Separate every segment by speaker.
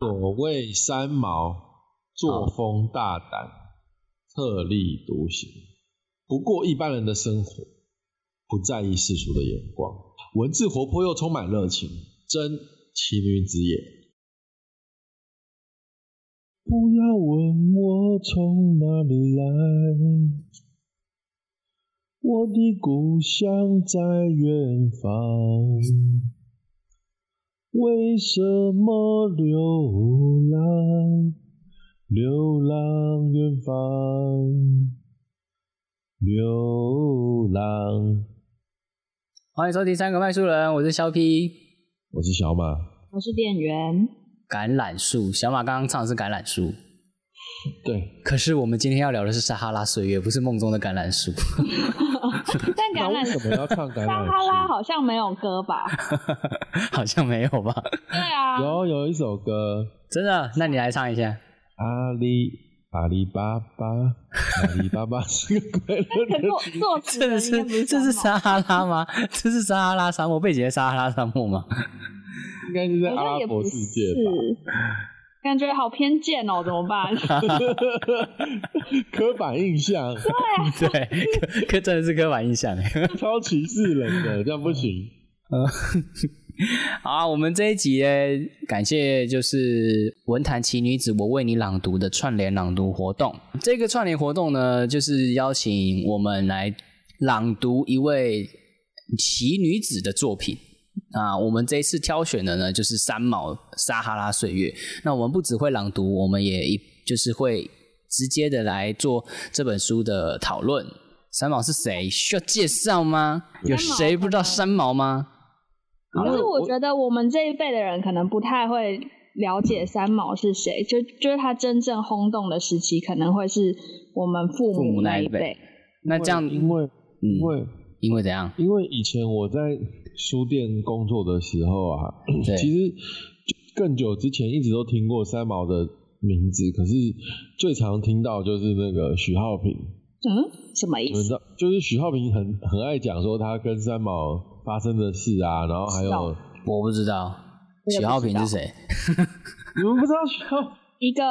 Speaker 1: 我为三毛作风大胆，特立独行，不过一般人的生活，不在意世俗的眼光，文字活泼又充满热情，真奇女子也。
Speaker 2: 不要问我从哪里来，我的故乡在远方。为什么流浪？流浪远方，流浪。
Speaker 3: 欢迎收听《三个卖树人》，我是肖 P。
Speaker 1: 我是小马，
Speaker 4: 我是店员，
Speaker 3: 橄榄树，小马刚刚唱的是橄榄树，
Speaker 1: 对，
Speaker 3: 可是我们今天要聊的是撒哈拉岁月，不是梦中的橄榄树。
Speaker 4: 但
Speaker 1: 那
Speaker 4: 橄
Speaker 1: 为
Speaker 4: 榄
Speaker 1: 什么要唱橄
Speaker 4: 撒哈拉
Speaker 1: 榄
Speaker 4: 好像没有歌吧？
Speaker 3: 好像没有吧？
Speaker 4: 对
Speaker 1: 树？
Speaker 4: 啊，
Speaker 1: 有有一首歌，
Speaker 3: 真的？啊那你来唱一下。
Speaker 1: 阿里阿里巴巴，阿里巴巴是个快乐
Speaker 4: 可
Speaker 1: 的
Speaker 4: 作作词
Speaker 3: 这
Speaker 4: 的应该不
Speaker 3: 是这
Speaker 4: 是
Speaker 3: 是
Speaker 4: 三毛
Speaker 3: 撒哈拉吗？这是撒哈拉沙漠，背景在撒哈拉沙漠吗？
Speaker 1: 应该是在
Speaker 4: 好
Speaker 1: 阿
Speaker 4: 像
Speaker 1: 拉
Speaker 4: 也
Speaker 1: 伯
Speaker 4: 不
Speaker 1: 世
Speaker 4: 是，
Speaker 1: 界吧？
Speaker 4: 感觉好偏见哦，怎么办？
Speaker 1: 刻板印象，
Speaker 3: 对，可可真的是刻板印象。欸
Speaker 1: 超歧视人的，这样不行。
Speaker 3: 好啊，我们这一集呢，感谢就是文坛奇女子我为你朗读的串联朗读活动。这个串联活动呢，就是邀请我们来朗读一位奇女子的作品。啊，我们这一次挑选的呢，就是三毛《撒哈拉岁月》。那我们不只会朗读，我们也一就是会直接的来做这本书的讨论。三毛是谁？需要介绍吗？有
Speaker 4: 三毛
Speaker 3: 谁不知道三毛吗？
Speaker 4: 可是我觉得我们这一辈的人可能不太会了解三毛是谁，就就是他真正轰动的时期，可能会是我们父
Speaker 3: 父母
Speaker 4: 母
Speaker 3: 那
Speaker 4: 那
Speaker 3: 一
Speaker 4: 一
Speaker 3: 辈
Speaker 4: 辈。
Speaker 3: 那这样，
Speaker 1: 因为因
Speaker 3: 嗯，
Speaker 1: 为
Speaker 3: 因为怎样？
Speaker 1: 因为以前我在书店工作的时候啊，
Speaker 3: 对
Speaker 1: 其实更久之前一直都听过三毛的名字，可是最常听到就是那个许浩平，
Speaker 4: 嗯，什么意
Speaker 1: 你们
Speaker 4: 思？
Speaker 1: 知道，就是许浩平很很爱讲说他跟三毛发生的事啊，然后还
Speaker 4: 知
Speaker 1: 有
Speaker 4: 道
Speaker 3: 我不知道
Speaker 4: 我
Speaker 3: 许
Speaker 4: 也不知道
Speaker 3: 浩平是谁，
Speaker 1: 你们不知道许浩
Speaker 4: 一个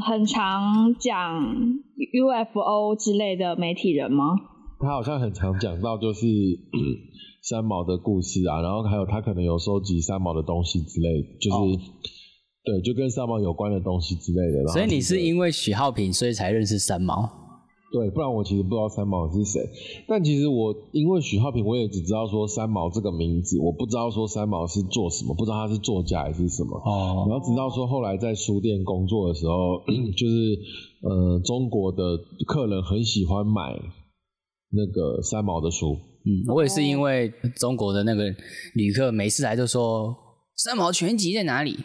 Speaker 4: 很常讲 UFO 之类的媒体人吗？
Speaker 1: 他好像很常讲到就是 三毛的故事啊，然后还有他可能有收集三毛的东西之类，就是、
Speaker 3: 哦
Speaker 1: 对，就跟三毛有关的东西之类的。然后
Speaker 3: 所以你
Speaker 1: 就是
Speaker 3: 因为许浩平所以才认识三毛。
Speaker 1: 对，不然我其实不知道三毛是谁。但其实我因为许浩平，我也只知道说三毛这个名字，我不知道说三毛是做什么，不知道他是作家还是什么。
Speaker 3: 哦，
Speaker 1: 然后直到说后来在书店工作的时候， 就是呃，中国的客人很喜欢买那个三毛的书，
Speaker 3: 嗯，我也是因为中国的那个旅客每次来都说三毛全集在哪里，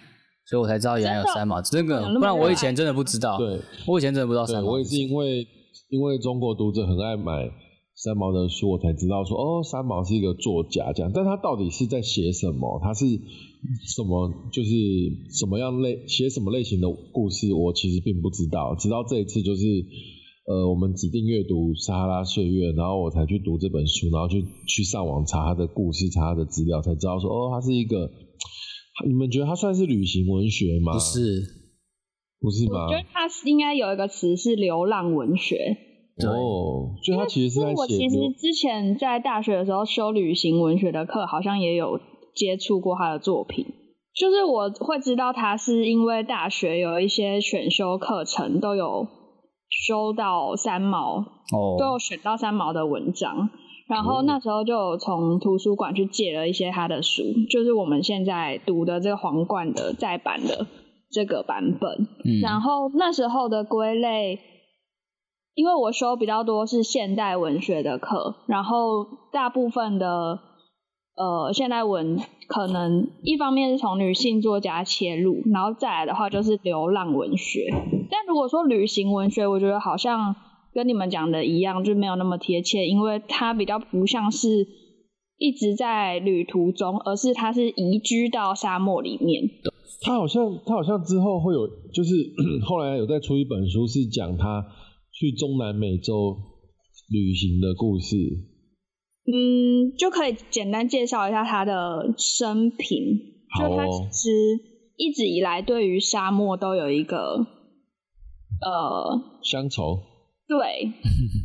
Speaker 3: 所以我才知道原来有三毛。真的
Speaker 4: 有那，么啊
Speaker 3: 不然我
Speaker 4: 热
Speaker 3: 以前真的不知道。
Speaker 1: 对，
Speaker 3: 我以前真的不知道
Speaker 1: 对
Speaker 3: 三毛。
Speaker 1: 我也是因为因为中国读者很爱买三毛的书，我才知道说哦，三毛是一个作家这样，但他到底是在写什么？他是什么？就是什么样类写什么类型的故事？我其实并不知道，直到这一次就是。呃，我们指定阅读《撒哈拉岁月》，然后我才去读这本书，然后去去上网查他的故事，查他的资料，才知道说，哦，他是一个，你们觉得他算是旅行文学吗？
Speaker 3: 不，是，
Speaker 1: 不是吗？
Speaker 4: 我觉得他应该有一个词是流浪文学。
Speaker 3: 对
Speaker 1: 哦，所以他其实是
Speaker 4: 因
Speaker 1: 在
Speaker 4: 为我
Speaker 1: 写
Speaker 4: 其
Speaker 1: 流
Speaker 4: 实之前在大学的时候修旅行文学的课，好像也有接触过他的作品。就是我会知道他是因为大学有一些选修课程都有修到三毛，都
Speaker 3: 哦
Speaker 4: 有，选到三毛的文章。然
Speaker 1: 哦
Speaker 4: 后那时候就有从图书馆去借了一些他的书，就是我们现在读的这个皇冠的再版的这个版本。
Speaker 3: 嗯，
Speaker 4: 然后那时候的归类，因为我修比较多是现代文学的课，然后大部分的呃现代文可能一方面是从女性作家切入，然后再来的话就是流浪文学。但如果说旅行文学，我觉得好像跟你们讲的一样，就没有那么贴切，因为它比较不像是。一直在旅途中，而是它是移居到沙漠里面。
Speaker 1: 他好像他好像之后会有，就是 后来有再出一本书，是讲他去中南美洲旅行的故事。
Speaker 4: 嗯，就可以简单介绍一下他的生平。
Speaker 1: 好
Speaker 4: 就他
Speaker 1: 哦
Speaker 4: 其实一直以来对于沙漠都有一个呃
Speaker 1: 乡愁，
Speaker 4: 对，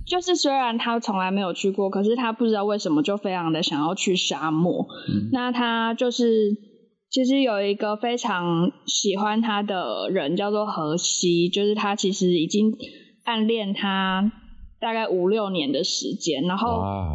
Speaker 4: 就是虽然他从来没有去过，可是他不知道为什么就非常的想要去沙漠。
Speaker 3: 嗯
Speaker 4: 那他就是其实有一个非常喜欢他的人叫做荷西，就是他其实已经暗恋他大概五六年的时间，然后
Speaker 1: 哇，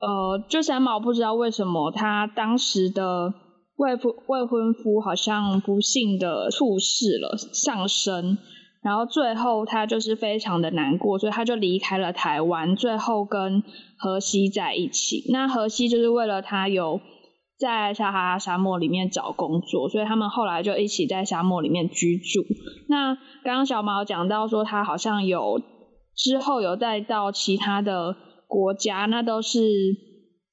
Speaker 4: 呃，就三毛不知道为什么他当时的。未夫未婚夫好像不幸的猝逝了，上身，然后最后他就是非常的难过，所以他就离开了台湾，最后跟荷西在一起。那荷西就是为了他有在撒哈拉沙漠里面找工作，所以他们后来就一起在沙漠里面居住。那刚刚小毛讲到说，他好像有之后有再到其他的国家，那都是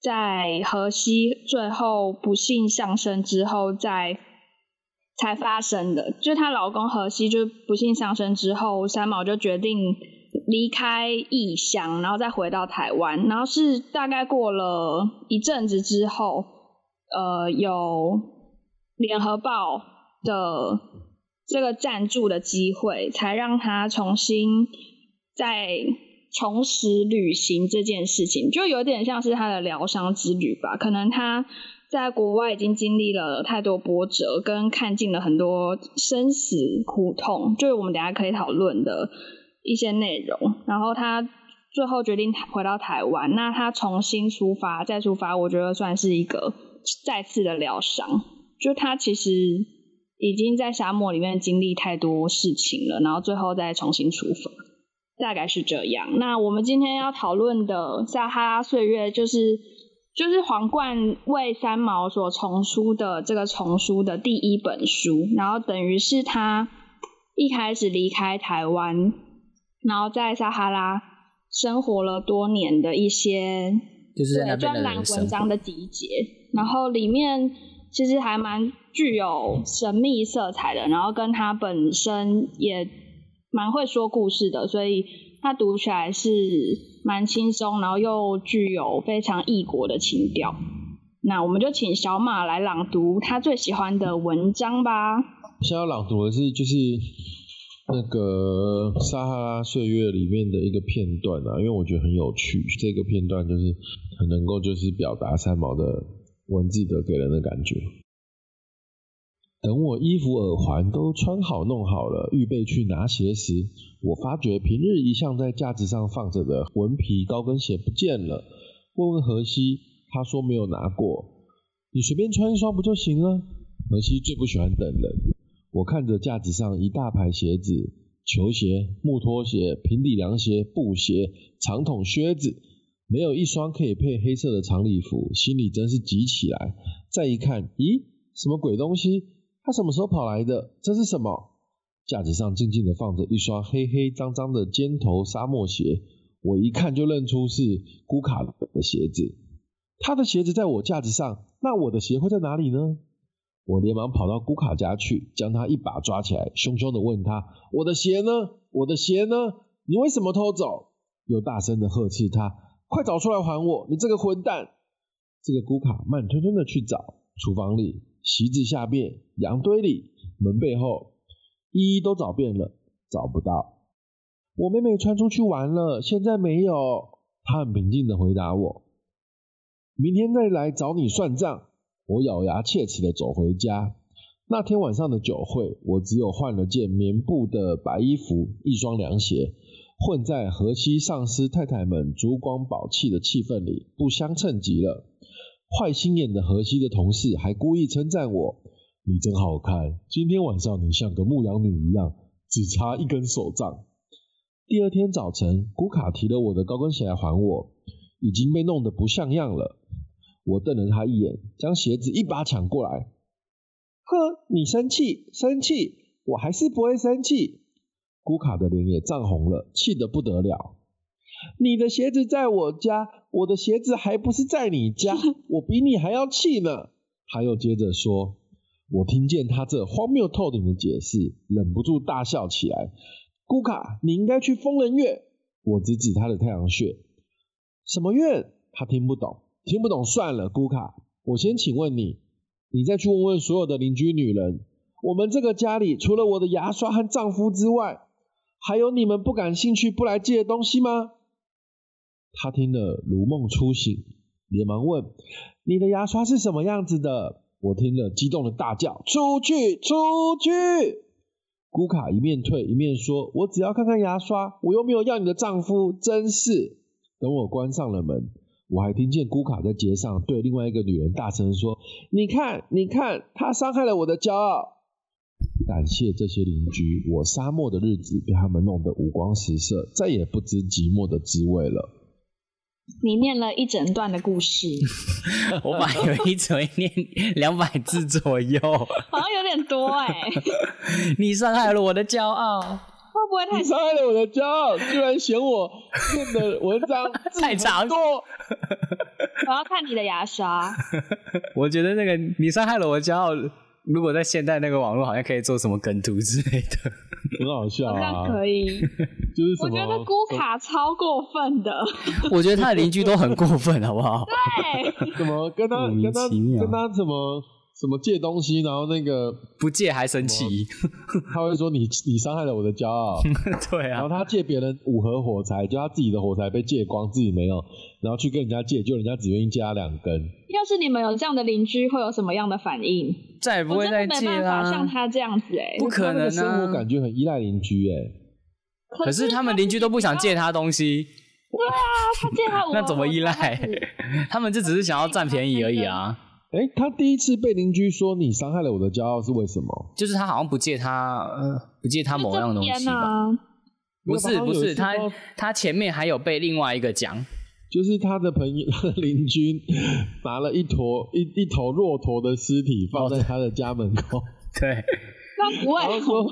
Speaker 4: 在荷西最后不幸上升之后再才发生的。就是她老公荷西就是不幸上升之后，三毛就决定离开异乡，然后再回到台湾。然后是大概过了一阵子之后，呃，有联合报的这个赞助的机会，才让他重新再重拾旅行这件事情，就有点像是他的疗伤之旅吧。可能他在国外已经经历了太多波折，跟看尽了很多生死苦痛，就是我们等一下可以讨论的一些内容。然后他最后决定回到台湾，那他重新出发再出发，我觉得算是一个再次的疗伤。就他其实已经在沙漠里面经历太多事情了，然后最后再重新出发，大概是这样。那我们今天要讨论的撒哈拉岁月，就是就是皇冠为三毛所重书的这个重书的第一本书，然后等于是他一开始离开台湾，然后在撒哈拉生活了多年的一些
Speaker 3: 就是在那边
Speaker 4: 对专
Speaker 3: 的
Speaker 4: 栏
Speaker 3: 人生
Speaker 4: 文。章的集结，然后里面其实还蛮具有神秘色彩的，然后跟他本身也蛮会说故事的，所以他读起来是蛮轻松，然后又具有非常异国的情调。那我们就请小马来朗读他最喜欢的文章吧。
Speaker 1: 现在要朗读的是就是那个《撒哈拉岁月》里面的一个片段啊，因为我觉得很有趣，这个片段就是很能够就是表达三毛的文字的给人的感觉。等我衣服、耳环都穿好、弄好了，预备去拿鞋时，我发觉平日一向在架子上放着的文皮高跟鞋不见了。问问荷西，他说没有拿过。你随便穿一双不就行了？荷西最不喜欢等人。我看着架子上一大排鞋子：球鞋、木拖鞋、平底凉鞋、布鞋、长筒靴子，没有一双可以配黑色的长礼服，心里真是急起来。再一看，咦，什么鬼东西？他什么时候跑来的？这是什么？架子上静静的放着一双黑黑脏脏的尖头沙漠鞋，我一看就认出是古卡的鞋子。他的鞋子在我架子上，那我的鞋会在哪里呢？我连忙跑到古卡家去，将他一把抓起来，凶凶的问他：“我的鞋呢？我的鞋呢？你为什么偷走？”又大声的呵斥他：“快找出来还我！你这个混蛋！”这个古卡慢吞吞的去找，厨房里、席子下面、羊堆里、门背后，一一都找遍了，找不到。我妹妹穿出去玩了，现在没有。他很平静的回答我：“明天再来找你算账。”我咬牙切齿的走回家。那天晚上的酒会，我只有换了件棉布的白衣服，一双凉鞋，混在河西上司太太们烛光宝气的气氛里，不相称极了。坏心眼的河西的同事还故意称赞我：“你真好看，今天晚上你像个牧羊女一样，只差一根手杖。”第二天早晨，古卡提了我的高跟鞋来还我，已经被弄得不像样了。我瞪了他一眼，将鞋子一把抢过来。呵，你生气？生气？我还是不会生气。古卡的脸也涨红了，气得不得了。你的鞋子在我家，我的鞋子还不是在你家？我比你还要气呢。他又接着说，我听见他这荒谬透顶的解释，忍不住大笑起来。古卡，你应该去疯人院。我指指他的太阳穴，什么愿？他听不懂，听不懂算了。姑卡，我先请问你，你再去问问所有的邻居女人，我们这个家里除了我的牙刷和丈夫之外，还有你们不感兴趣、不来借的东西吗？”他听了如梦初醒，连忙问：“你的牙刷是什么样子的？”我听了激动的大叫：“出去，出去！”古卡一面退一面说：“我只要看看牙刷，我又没有要你的丈夫，真是。”等我关上了门，我还听见古卡在街上对另外一个女人大声说：“你看，你看，他伤害了我的骄傲。”感谢这些邻居，我沙漠的日子被他们弄得五光十色，再也不知寂寞的滋味了。
Speaker 4: 你念了一整段的故事，
Speaker 3: 我把有一嘴念两百字左右，
Speaker 4: 好像有点多 哎、
Speaker 3: 你伤害了我的骄傲，
Speaker 4: 会不会太
Speaker 1: 你伤害了我的骄傲，居然嫌我念的文章字
Speaker 3: 太长
Speaker 1: 很多。
Speaker 4: 我要看你的 牙刷，
Speaker 3: 我觉得那个你伤害了我的骄傲。如果在现代那个网络，好像可以做什么梗图之类的。
Speaker 1: 很好笑
Speaker 4: 好像
Speaker 1: 啊！
Speaker 4: 可以。
Speaker 1: 就是什
Speaker 4: 我
Speaker 1: 么？
Speaker 4: 觉得咕卡超过分的，
Speaker 3: 我觉得他的邻居都很过分，好不好？
Speaker 4: 对，
Speaker 1: 什么跟
Speaker 2: 莫
Speaker 1: 他跟
Speaker 2: 名
Speaker 1: 他
Speaker 2: 其妙
Speaker 1: 跟他什么什么借东西，然后那个
Speaker 3: 不借还生气，
Speaker 1: 他会说你你伤害了我的骄傲，
Speaker 3: 对
Speaker 1: 然
Speaker 3: 啊
Speaker 1: 后，他借别人五盒火柴，就他自己的火柴被借光，自己没有，然后去跟人家借，就人家只愿意借他两根。
Speaker 4: 要是你们有这样的邻居，会有什么样的反应？
Speaker 3: 再也不
Speaker 4: 我
Speaker 3: 会
Speaker 4: 真
Speaker 3: 再
Speaker 4: 的没
Speaker 3: 借
Speaker 4: 办
Speaker 3: 啦、
Speaker 4: 法像他这样子哎、
Speaker 3: 不可能
Speaker 1: 他那个生活
Speaker 3: 啊
Speaker 1: 感！觉很依赖邻居哎、
Speaker 4: 可
Speaker 3: 可是他们邻居都不想借他东西，
Speaker 4: 对啊，他借他 五
Speaker 3: 那怎么依赖？他们就只是想要占便宜而已啊。
Speaker 1: 欸。哎，他第一次被邻居说你伤害了我的骄傲是为什么？
Speaker 3: 就是他好像不借他，呃，不借他
Speaker 4: 他
Speaker 3: 某样东西吧？
Speaker 4: 啊？
Speaker 3: 不是不是，他
Speaker 1: 因为好像有一次
Speaker 3: 他前面还有被另外一个讲，
Speaker 1: 就是他的朋友 他的邻居拿了一坨一一头骆驼的尸体放在他的家门口，
Speaker 3: 对，
Speaker 4: 那不
Speaker 1: 然后
Speaker 4: 会好
Speaker 1: 说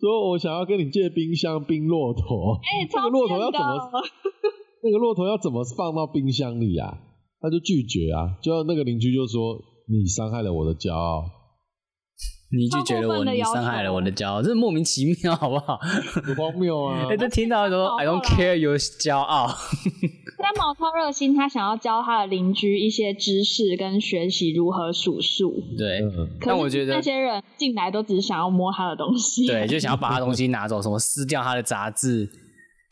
Speaker 1: 说我想要跟你借冰箱冰骆驼，
Speaker 4: 哎，
Speaker 1: 那个
Speaker 4: 超
Speaker 1: 骆驼
Speaker 4: 贱
Speaker 1: 要怎么
Speaker 4: 的
Speaker 1: 那个骆驼要怎么放到冰箱里啊？他就拒绝啊，就那个邻居就说你伤害了我的骄傲，
Speaker 3: 你就觉得
Speaker 4: 超过
Speaker 3: 我
Speaker 4: 分的
Speaker 3: 你
Speaker 4: 要求啊
Speaker 3: 伤害了我的骄傲，这莫名其妙，好不好？
Speaker 1: 很荒谬啊
Speaker 3: 哎，！这听到的时候
Speaker 4: 好
Speaker 3: ，I
Speaker 4: 好啦
Speaker 3: don't care your 骄傲，
Speaker 4: 三毛超热心，他想要教他的邻居一些知识跟学习如何数数。
Speaker 3: 对
Speaker 1: 嗯，
Speaker 4: 可
Speaker 3: 但
Speaker 4: 是
Speaker 3: 我觉得
Speaker 4: 那些人进来都只想要摸他的东西，
Speaker 3: 对，就想要把他东西拿走，什么撕掉他的杂志，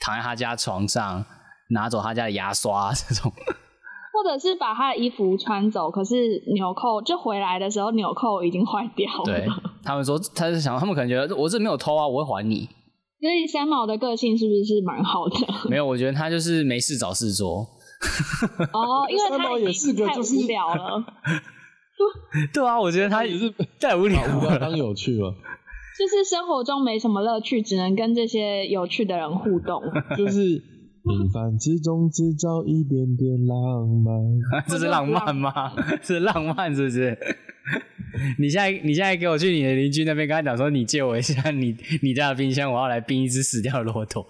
Speaker 3: 躺在他家床上，拿走他家的牙刷这 种。
Speaker 4: 或者是把他的衣服穿走，可是纽扣就回来的时候纽扣已经坏掉了。
Speaker 3: 对他们说，他是想，他们可能觉得我这没有偷啊，我会还你。
Speaker 4: 所以三毛的个性是不是蛮好 的？
Speaker 3: 没有，我觉得他就是没事找事做。
Speaker 4: 哦，因为
Speaker 1: 三毛
Speaker 4: 他
Speaker 1: 也
Speaker 4: 已
Speaker 1: 是
Speaker 4: 经
Speaker 1: 个
Speaker 4: 太
Speaker 1: 就是
Speaker 4: 无 聊了，
Speaker 3: 对啊，我觉得他
Speaker 1: 也是
Speaker 3: 太无聊
Speaker 1: 把啊无聊
Speaker 3: 了。
Speaker 1: 当有趣了，
Speaker 4: 就是生活中没什么乐趣，只能跟这些有趣的人互 动。
Speaker 1: 就是平凡之中制造一点点浪漫。
Speaker 3: 这 是浪漫吗？这是浪漫是不是？ 你现在你现在给我去你的邻居那边，跟他讲说，你借我一下你你家的冰箱，我要来冰一只死掉的骆驼，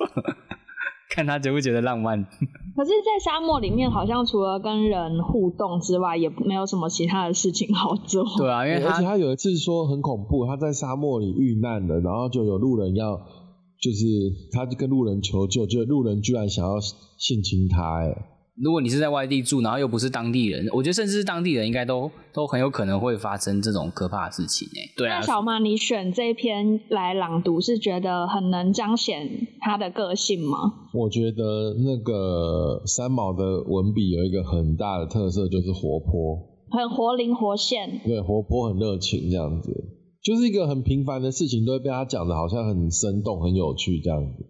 Speaker 3: 看他觉不觉得浪漫。
Speaker 4: 可是，在沙漠里面，好像除了跟人互动之外，也没有什么其他的事情好做。
Speaker 3: 对啊，因为
Speaker 1: 而且
Speaker 3: 他
Speaker 1: 他有一次说很恐怖，他在沙漠里遇难了，然后就有路人要，就是他就跟路人求救，就路人居然想要性侵他、哎，
Speaker 3: 如果你是在外地住，然后又不是当地人，我觉得甚至是当地人应该都都很有可能会发生这种可怕的事情哎、对啊
Speaker 4: 那，小马，你选这篇来朗读，是觉得很能彰显他的个性吗？
Speaker 1: 我觉得那个三毛的文笔有一个很大的特色，就是活泼。
Speaker 4: 很活灵活现，
Speaker 1: 对，活泼很热情这样子，就是一个很平凡的事情都会被他讲的好像很生动、很有趣这样子。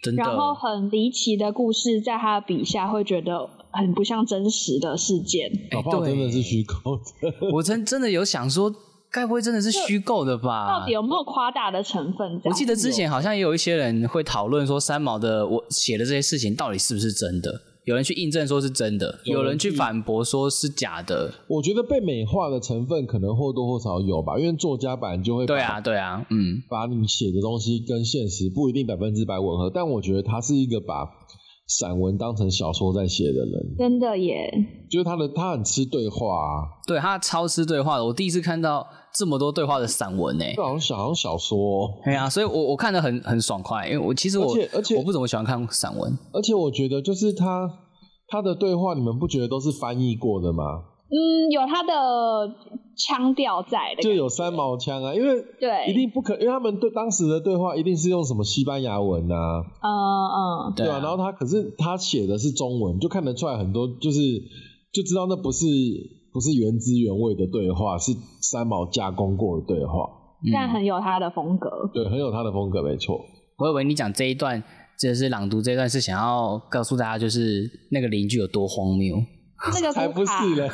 Speaker 3: 真的。
Speaker 4: 然后很离奇的故事，在他的笔下会觉得很不像真实的事件。
Speaker 1: 搞不好
Speaker 3: 哎对
Speaker 1: 真的是虚构的，
Speaker 3: 我真真的有想说，该不会真的是虚构的吧
Speaker 4: 到底？有没有夸大的成分
Speaker 3: 啊
Speaker 4: 在？
Speaker 3: 我记得
Speaker 1: 哦
Speaker 3: 之前好像也有一些人会讨论说三毛的我写的这些事情到底是不是真的，有人去印证说是真的，有人去反驳说是假的。
Speaker 1: 我觉得被美化的成分可能或多或少有吧，因为作家版就会把
Speaker 3: 对啊，对啊，嗯，
Speaker 1: 把你写的东西跟现实不一定百分之百吻合，但我觉得他是一个把散文当成小说在写的人，
Speaker 4: 真的耶，
Speaker 1: 就是他的他很吃对话啊，
Speaker 3: 对他超吃对话的，我第一次看到这么多对话的散文呢、
Speaker 1: 这好像小好像小说哦、
Speaker 3: 对啊，所以我我看的很很爽快，因为我其实我
Speaker 1: 而且而且
Speaker 3: 我不怎么喜欢看散文，
Speaker 1: 而且我觉得就是他他的对话，你们不觉得都是翻译过的吗？
Speaker 4: 嗯，有他的腔调在的，
Speaker 1: 就有三。毛腔啊，因为
Speaker 4: 对，
Speaker 1: 一定不可，因为他们对当时的对话一定是用什么西班牙文啊，
Speaker 4: 嗯嗯，
Speaker 1: 对啊，然后他可是他写的是中文，就看得出来很多，就是就知道那不是不是原汁原味的对话，是三毛加工过的对话，
Speaker 3: 嗯
Speaker 4: 但很有他的 风格。
Speaker 1: 对，很有他的风格，没错。
Speaker 3: 我以为你讲这一段，就是朗读这一段是想要告诉大家，就是那个邻居有多荒谬。
Speaker 4: 那个
Speaker 1: 才
Speaker 4: 古
Speaker 1: 不
Speaker 4: 卡，
Speaker 1: 是嘞，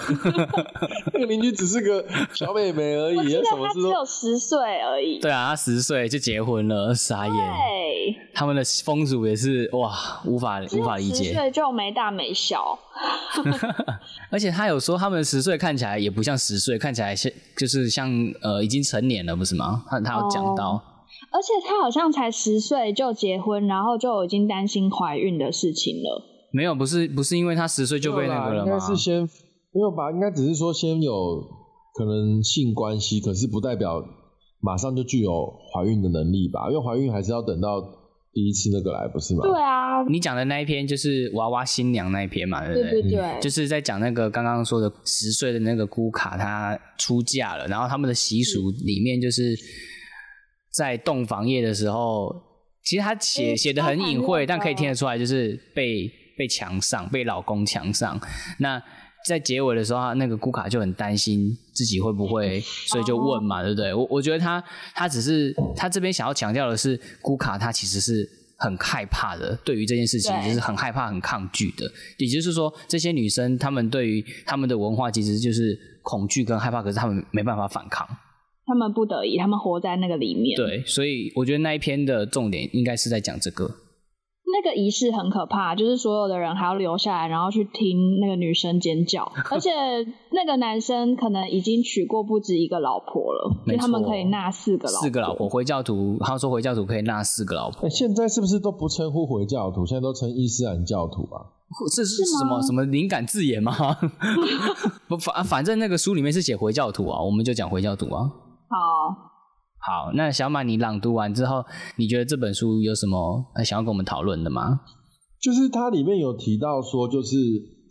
Speaker 1: 那个邻居只是个小妹妹而
Speaker 4: 我
Speaker 1: 已，
Speaker 4: 记得
Speaker 1: 什么
Speaker 4: 他
Speaker 1: 事
Speaker 4: 只
Speaker 1: 都
Speaker 4: 有十岁而已。
Speaker 3: 对啊，他十岁就结婚了，傻眼。
Speaker 4: 对，
Speaker 3: 他们的风俗也是哇，无法
Speaker 4: 只
Speaker 3: 无
Speaker 4: 有
Speaker 3: 法理
Speaker 4: 十
Speaker 3: 解。
Speaker 4: 岁就没大没小，
Speaker 3: 而且他有说，他们十岁看起来也不像十岁，看起来像就是像呃已经成年了，不是吗？他他有讲
Speaker 4: 哦
Speaker 3: 到，
Speaker 4: 而且他好像才十岁就结婚，然后就已经担心怀孕的事情了。
Speaker 3: 没有，不是不是因为他十岁就被那个了
Speaker 1: 应该
Speaker 3: 吗？
Speaker 1: 是先没有吧？应该只是说先有可能性关系，可是不代表马上就具有怀孕的能力吧？因为怀孕还是要等到第一次那个来，不是吗？
Speaker 4: 对啊，
Speaker 3: 你讲的那一篇就是娃娃新娘那一篇嘛，对不
Speaker 4: 对对对，
Speaker 3: 就是在讲那个刚刚说的十岁的那个姑卡，她出嫁了，然后他们的习俗里面就是在洞房夜的时候，其实他写
Speaker 4: 嗯
Speaker 3: 写的很隐
Speaker 4: 包含那
Speaker 3: 晦，
Speaker 4: 个
Speaker 3: 但可以听得出来，就是被被强上，被老公强上。那在结尾的时候，她那个姑卡就很担心自己会不会，所以就问嘛，对不对？我我觉得他他只是他这边想要强调的是，姑卡她其实是很害怕的，对于这件事情
Speaker 4: 对
Speaker 3: 就是很害怕、很抗拒的。也就是说，这些女生她们对于她们的文化其实就是恐惧跟害怕，可是她们没办法反抗。
Speaker 4: 他们不得已，他们活在那个里面。，
Speaker 3: 对，所以我觉得那一篇的重点应该是在讲这个。
Speaker 4: 那个仪式很可怕，就是所有的人还要留下来，然后去听那个女生 尖叫，而且那个男生可能已经娶过不止一个老婆了，
Speaker 3: 没
Speaker 4: 就
Speaker 3: 错
Speaker 4: 他们可以纳四个老婆。哦
Speaker 3: 四个老婆，回教徒，他说回教徒可以纳四个老婆
Speaker 1: 哎、，现在是不是都不称呼回教徒，现在都称伊斯兰教徒啊？
Speaker 3: 这是
Speaker 4: 是吗
Speaker 3: 什么什么灵感字眼吗？ 不反反正那个书里面是写回教徒啊，我们就讲回教徒啊。
Speaker 4: 好，
Speaker 3: 好，那小马，你朗读完之后，你觉得这本书有什么呃想要跟我们讨论的吗？
Speaker 1: 就是它里面有提到说，就是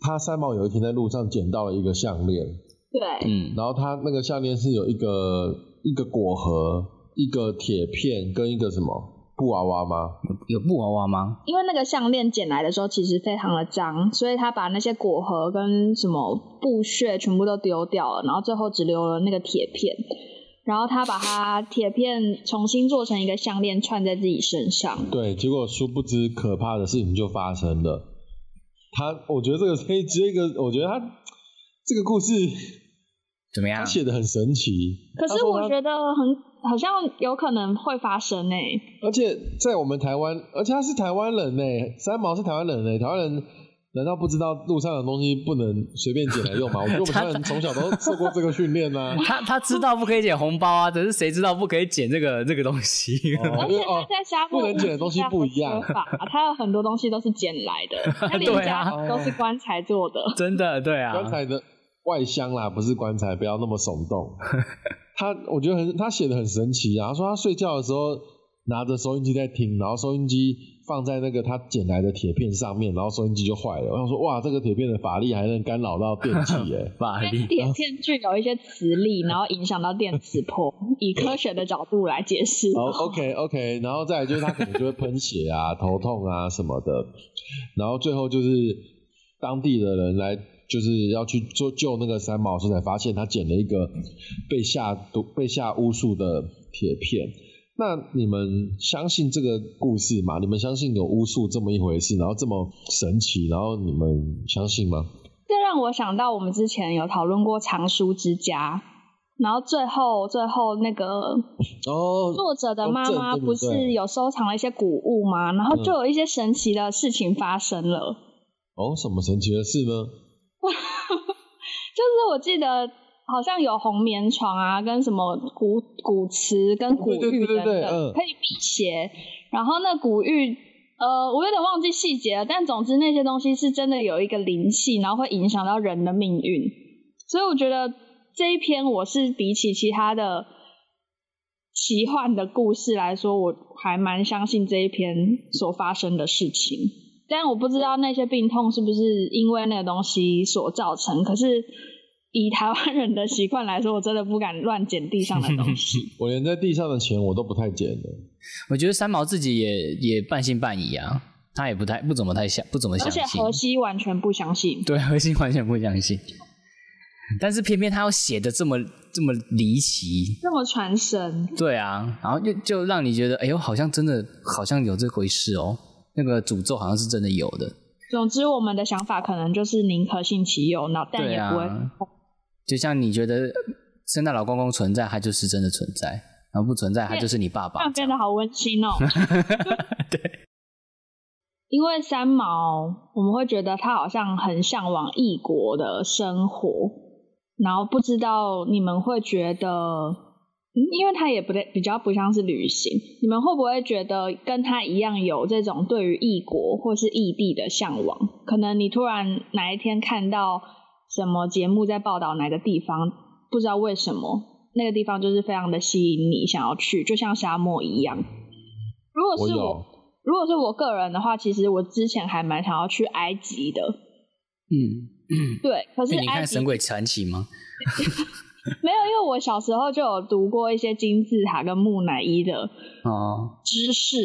Speaker 1: 他三毛有一天在路上捡到了一个项链，
Speaker 4: 对，
Speaker 3: 嗯，
Speaker 1: 然后他那个项链是有一个一个果核、一个铁片跟一个什么布娃娃吗？
Speaker 3: 有布娃娃吗？
Speaker 4: 因为那个项链捡来的时候其实非常的脏，所以他把那些果核跟什么布屑全部都丢掉了，然后最后只留了那个铁片。然后他把它铁片重新做成一个项链串在自己身上，
Speaker 1: 对，结果殊不知可怕的事情就发生了。他，我觉得这个这这个，我觉得他这个故事
Speaker 3: 怎么
Speaker 1: 他
Speaker 3: 样？
Speaker 1: 写的很神奇。
Speaker 4: 可
Speaker 1: 他
Speaker 4: 是
Speaker 1: 说
Speaker 4: 我
Speaker 1: 他
Speaker 4: 觉得很好像有可能会发生欸诶、
Speaker 1: 而且在我们台湾，而且他是台湾人呢，三毛是台湾人呢，台湾人难道不知道路上的东西不能随便捡来用 吗？我觉得我们台湾人从小都受过这个训练啊呐、
Speaker 3: 他他知道不可以捡红包啊，只是谁知道不可以捡这个这个东西？
Speaker 1: 哦
Speaker 4: 而
Speaker 1: 因
Speaker 4: 且
Speaker 1: 为
Speaker 4: 他
Speaker 1: 哦，
Speaker 4: 在沙漠
Speaker 1: 不能捡的东西不一样
Speaker 4: 无法缺乏啊他有很多东西都是捡来 的，他连
Speaker 3: 对啊
Speaker 4: 家都是棺材做的。
Speaker 3: 真的对啊，
Speaker 1: 棺材的外箱啦，不是棺材，不要那么耸 动。他我觉得很，他写的很神奇啊。他说他睡觉的时候拿着收音机在听，然后收音机放在那个他捡来的铁片上面，然后收音机就坏了。我想说，哇，这个铁片的法力还能干扰到电器耶、
Speaker 3: 法
Speaker 4: 因为
Speaker 3: 力。
Speaker 4: 铁片具有一些磁力，然后影响到电磁波。以科学的角度来解释，哦
Speaker 1: 好，OK 哦 OK，然后再来就是他可能就会喷血啊、头痛啊什么的，然后最后就是当地的人来就是要去做救那个三毛的时候，才发现他捡了一个被下毒、被下巫术的铁片。那你们相信这个故事吗？你们相信有巫术这么一回事，然后这么神奇，然后你们相信吗？
Speaker 4: 这让我想到我们之前有讨论过藏书之家，然后最后最后那个
Speaker 1: 哦，
Speaker 4: 作者的妈妈
Speaker 1: 哦对对对嗯
Speaker 4: 不是有收藏了一些古物吗？然后就有一些神奇的事情发生了。
Speaker 1: 哦，什么神奇的事呢？
Speaker 4: 就是我记得好像有红棉床啊，跟什么古古瓷跟古玉
Speaker 1: 对对
Speaker 4: 等等，
Speaker 1: 对对对嗯
Speaker 4: 可以辟邪。然后那古玉，呃，我有点忘记细节了，但总之那些东西是真的有一个灵气，然后会影响到人的命运。所以我觉得这一篇我是比起其他的。奇幻的故事来说，我还蛮相信这一篇所发生的事情。但我不知道那些病痛是不是因为那个东西所造成。可是以台湾人的习惯来说，我真的不敢乱捡地上的东西。
Speaker 1: 我连在地上的钱我都不太捡的。
Speaker 3: 我觉得三毛自己也也半信半疑啊，他也不太不怎么太相 不怎么相
Speaker 4: 而且
Speaker 3: 信，
Speaker 4: 荷西完全不相信，
Speaker 3: 对啊核心完全不相信。但是偏偏他要写的这么这么离奇，
Speaker 4: 这么传神，
Speaker 3: 对啊，然后就就让你觉得，哎呦，好像真的好像有这回事哦，那个诅咒好像是真的有的，
Speaker 4: 总之，我们的想法可能就是宁可信其有，脑但
Speaker 3: 对
Speaker 4: 也不会。
Speaker 3: 啊。就像你觉得圣诞老公公存在，他就是真的存在；然后不存在，他就是你爸
Speaker 4: 这
Speaker 3: 爸
Speaker 4: 样。变得好温馨哦。 对，因为三毛，我们会觉得他好像很向往异国的生活，然后不知道你们会觉得，嗯因为他也不太比较不像是旅行，你们会不会觉得跟他一样有这种对于异国或是异地的向往？可能你突然哪一天看到什么节目在报道哪个地方，不知道为什么。那个地方就是非常的吸引你，想要去，就像沙漠一样。如果
Speaker 1: 我
Speaker 4: 是我
Speaker 1: 有，
Speaker 4: 如果是我个人的话，其实我之前还蛮想要去埃及的，
Speaker 3: 嗯，
Speaker 4: 对。可是
Speaker 3: 哎你看
Speaker 4: 埃
Speaker 3: 《
Speaker 4: 及
Speaker 3: 神鬼传奇》吗？
Speaker 4: 没有，因为我小时候就有读过一些金字塔跟木乃伊的
Speaker 3: 哦，
Speaker 4: 知识，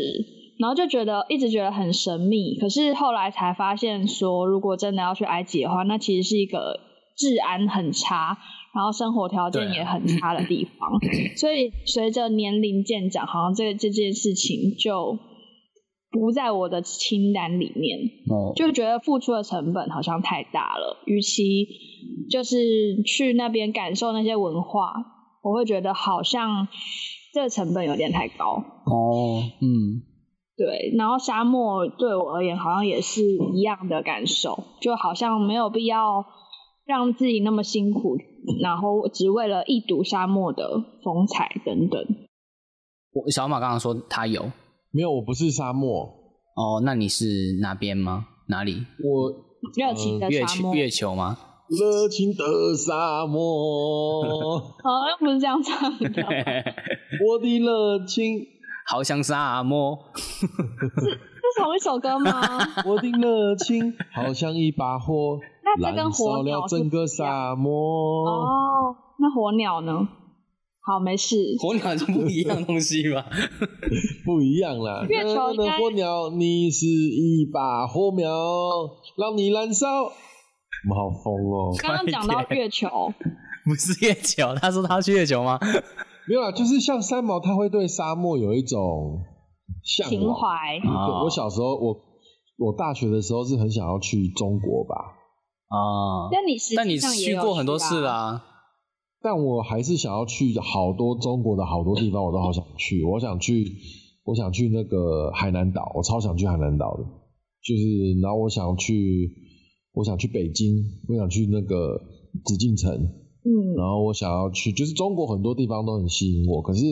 Speaker 4: 然后就觉得一直觉得很神秘。可是后来才发现说，如果真的要去埃及的话，那其实是一个治安很差，然后生活条件
Speaker 3: 对啊
Speaker 4: 也很差的 地方。所以随着年龄渐长，好像这这件事情就不在我的清单里面。
Speaker 3: 哦，
Speaker 4: 就觉得付出的成本好像太大了，与其就是去那边感受那些文化，我会觉得好像这个成本有点太高。
Speaker 3: 哦，嗯，
Speaker 4: 对，然后沙漠对我而言好像也是一样的感受，就好像没有必要让自己那么辛苦，然后只为了一睹沙漠的风采等等。
Speaker 3: 我小马刚刚说他有，
Speaker 1: 没有，我不是沙漠，
Speaker 3: 哦，那你是哪边吗？哪里？
Speaker 1: 我
Speaker 4: 热情的
Speaker 3: 月
Speaker 4: 沙
Speaker 3: 球
Speaker 4: 漠，
Speaker 3: 月球吗？
Speaker 1: 热情的沙漠，
Speaker 4: 好像不是这样唱 的，
Speaker 1: 我的热情，
Speaker 3: 好像沙漠，
Speaker 4: 是同一首歌 吗？
Speaker 1: 我的热情，好像一把火，
Speaker 4: 那这跟
Speaker 1: 燃烧
Speaker 4: 火
Speaker 1: 了
Speaker 4: 鸟是
Speaker 1: 整个沙漠。
Speaker 4: 哦，那火鸟呢？好，没事。
Speaker 3: 火鸟是不一样东西吧？
Speaker 1: 不一样啦，
Speaker 4: 月球应该
Speaker 1: 的火鸟，你是一把火苗，让你燃烧。我们好疯哦！
Speaker 4: 刚刚讲到月球，
Speaker 3: 不是月球，他说他去月球吗？
Speaker 1: 没有啦，就是像三毛，他会对沙漠有一种向
Speaker 4: 情
Speaker 1: 往。
Speaker 4: 怀
Speaker 1: 对
Speaker 3: 哦
Speaker 1: 我小时候，我我大学的时候是很想要去中国吧，
Speaker 3: 啊，
Speaker 4: 那你实际
Speaker 3: 但你
Speaker 4: 上也
Speaker 3: 去
Speaker 4: 有
Speaker 3: 过很多次
Speaker 4: 啊。
Speaker 3: 啦，
Speaker 1: 但我还是想要去好多中国的好多地方，我都好想去。我想去，我想去那个海南岛，我超想去海南岛的。就是，然后我想去，我想去北京，我想去那个紫禁城。
Speaker 4: 嗯，
Speaker 1: 然后我想要去，就是中国很多地方都很吸引我。可是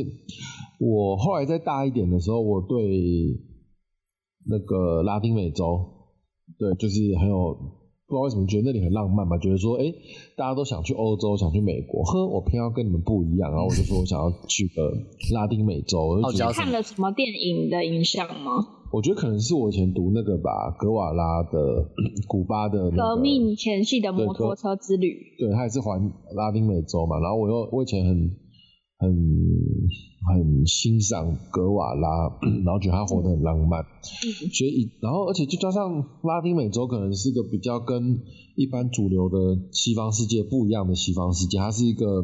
Speaker 1: 我后来再大一点的时候，我对那个拉丁美洲，对，就是很有不知道为什么觉得那里很浪漫吧，觉得说，哎，大家都想去欧洲，想去美国，呵，我偏要跟你们不一样。然后我就说我想要去个拉丁美洲，我就觉
Speaker 3: 傲娇
Speaker 1: 得
Speaker 3: 什么
Speaker 4: 看了什么电影的影响吗？
Speaker 1: 我觉得可能是我以前读那个吧，格瓦拉的 古巴的、那个、
Speaker 4: 革命前夕的摩托车之旅，
Speaker 1: 对，他也是环拉丁美洲嘛。然后我又我以前很很很欣赏格瓦拉， 然后觉得他活得很浪漫，所以以然后而且就加上拉丁美洲可能是个比较跟一般主流的西方世界不一样的西方世界，它是一个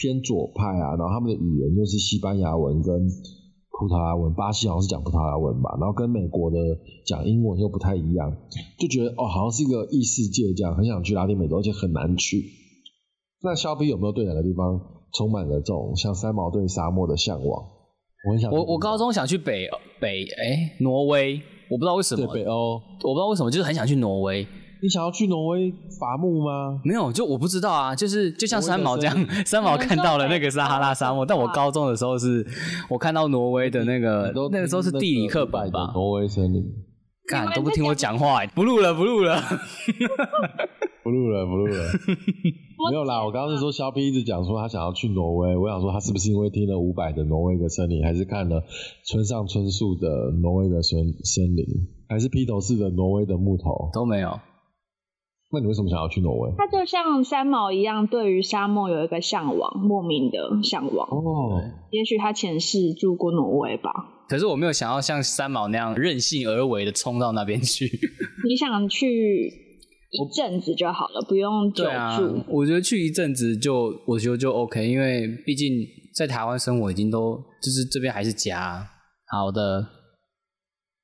Speaker 1: 偏左派啊，然后他们的语言又是西班牙文跟。葡萄牙文，巴西好像是讲葡萄牙文吧，然后跟美国的讲英文又不太一样，就觉得哦，好像是一个异世界这样，很想去拉丁美洲，而且很难去。那肖比有没有对哪个地方充满了这种像三毛对沙漠的向往？我很想去
Speaker 3: 我我高中想去北呃北哎挪威，我不知道为什么，
Speaker 1: 对北欧，
Speaker 3: 我不知道为什么就是很想去挪威，
Speaker 1: 你想要去挪威伐木吗？
Speaker 3: 没有就我不知道啊，就是就像
Speaker 1: 挪威的
Speaker 3: 三毛这样，三毛看到了那个撒哈拉沙漠，但我高中的时候是我看到挪威的那个
Speaker 1: 你都
Speaker 3: 呃那个时候是地理课本
Speaker 1: 听那个500
Speaker 3: 吧
Speaker 1: 的，挪威森林。
Speaker 3: 看都不听我讲话、哎不录了不录了，
Speaker 1: 不录了，不录 了，没有啦。我刚刚是说肖 P 一直讲说他想要去挪威，我想说他是不是因为听了伍佰的《挪威的森林》，还是看了村上春树的《挪威的森森林》，还是披头士的《挪威的木头》？
Speaker 3: 都没有。
Speaker 1: 那你为什么想要去挪威？
Speaker 4: 他就像三毛一样，对于沙漠有一个向往，莫名的向往。
Speaker 1: 哦，
Speaker 4: 也许他前世住过挪威吧。
Speaker 3: 可是我没有想要像三毛那样任性而为的冲到那边去。
Speaker 4: 你想去一阵子就好了，不用久住。
Speaker 1: 嗯
Speaker 3: 我觉得去一阵子就，我觉得就 OK，因为毕竟在台湾生活已经都就是这边还是家啊。好的，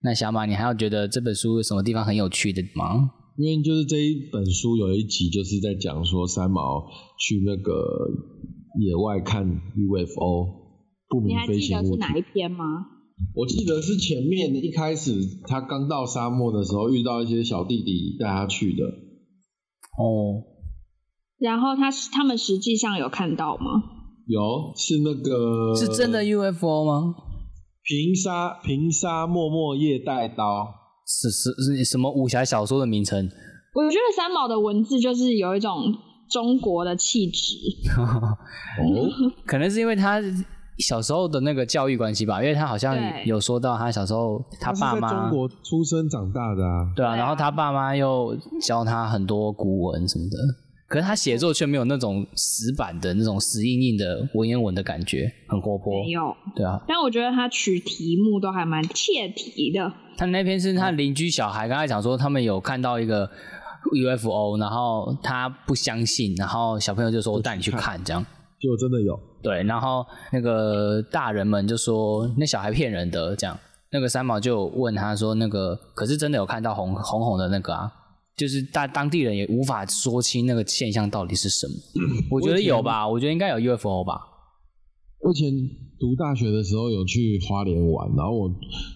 Speaker 3: 那小马，你还有觉得这本书有什么地方很有趣的吗？
Speaker 1: 因为就是这一本书有一集就是在讲说三毛去那个野外看 UFO 不
Speaker 4: 你
Speaker 1: 明
Speaker 4: 还
Speaker 1: 飞
Speaker 4: 记
Speaker 1: 行
Speaker 4: 得
Speaker 1: 物体。
Speaker 4: 是哪一篇吗？
Speaker 1: 我记得是前面一开始他刚到沙漠的时候遇到一些小弟弟带他去的，
Speaker 3: 哦，
Speaker 4: 然后他他们实际上有看到吗？
Speaker 1: 有是那个
Speaker 3: 是真的 UFO 吗？
Speaker 1: 平沙平沙漠漠夜带刀。
Speaker 3: 是是是什么武侠小说的名称？
Speaker 4: 我觉得三毛的文字就是有一种中国的气质，
Speaker 1: 哦，
Speaker 3: 可能是因为他小时候的那个教育关系吧，因为他好像
Speaker 4: 对
Speaker 3: 有说到他小时候他
Speaker 1: 是
Speaker 3: 爸
Speaker 1: 在
Speaker 3: 妈
Speaker 1: 中国出生长大的啊，
Speaker 3: 对啊，
Speaker 4: 对啊
Speaker 3: 然后他爸妈又教他很多古文什么的，可是他写作却没有那种死板的那种死硬硬的文言文的感觉，很活泼。
Speaker 1: 哦
Speaker 4: 没有。
Speaker 3: 对啊，
Speaker 4: 但我觉得他取题目都还蛮切题的，
Speaker 3: 他那篇是他邻居小孩跟他讲说，他们有看到一个 UFO，然后他不相信，然后小朋友就说：“我带你去看。”这样。
Speaker 1: 结果真的有。
Speaker 3: 对，然后那个大人们就说那小孩骗人的，这样。那个三毛就问他说：“那个可是真的有看到红红红的那个啊？就是大当地人也无法说清那个现象到底是什么。我觉得有吧，我觉得应该有 UFO 吧。
Speaker 1: 我以前读大学的时候有去花莲玩，然后我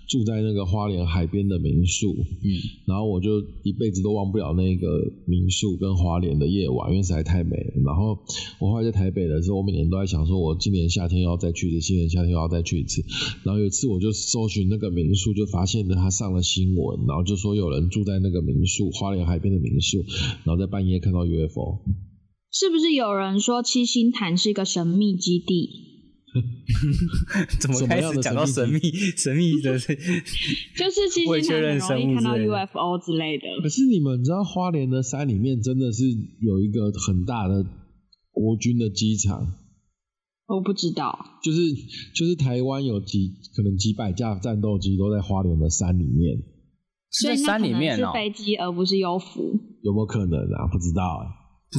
Speaker 1: 住在那个花莲海边的民宿，
Speaker 3: 嗯，
Speaker 1: 然后我就一辈子都忘不了那个民宿跟花莲的夜晚，因为实在太美了。然后我后来在台北的时候，我每年都在想说，我今年夏天要再去一次，今年夏天要再去一次。然后有一次我就搜寻那个民宿，就发现了它上了新闻，然后就说有人住在那个民宿，花莲海边的民宿，然后在半夜看到 UFO。
Speaker 4: 是不是有人说七星潭是一个神秘基地？
Speaker 3: 怎
Speaker 1: 么开始讲到神秘
Speaker 3: 神秘 的？
Speaker 4: 就是七
Speaker 3: 未
Speaker 4: 星
Speaker 3: 确
Speaker 4: 潭
Speaker 3: 认
Speaker 4: 很
Speaker 3: 生
Speaker 4: 容易
Speaker 3: 物
Speaker 4: 看
Speaker 3: 之
Speaker 4: 到
Speaker 3: 类的
Speaker 4: UFO 之类的。
Speaker 1: 可是你们知道花莲的山里面真的是有一个很大的国军的机场，
Speaker 4: 我不知道，
Speaker 1: 就是就是台湾有几可能几百架战斗机都在花莲的山里面，
Speaker 3: 是
Speaker 4: 所
Speaker 3: 在
Speaker 4: 以那
Speaker 3: 山
Speaker 4: 可
Speaker 3: 里
Speaker 4: 能
Speaker 3: 面
Speaker 4: 是
Speaker 3: 哦。
Speaker 4: 飞机而不是优浮。
Speaker 1: 有没有可能啊？不知道哎、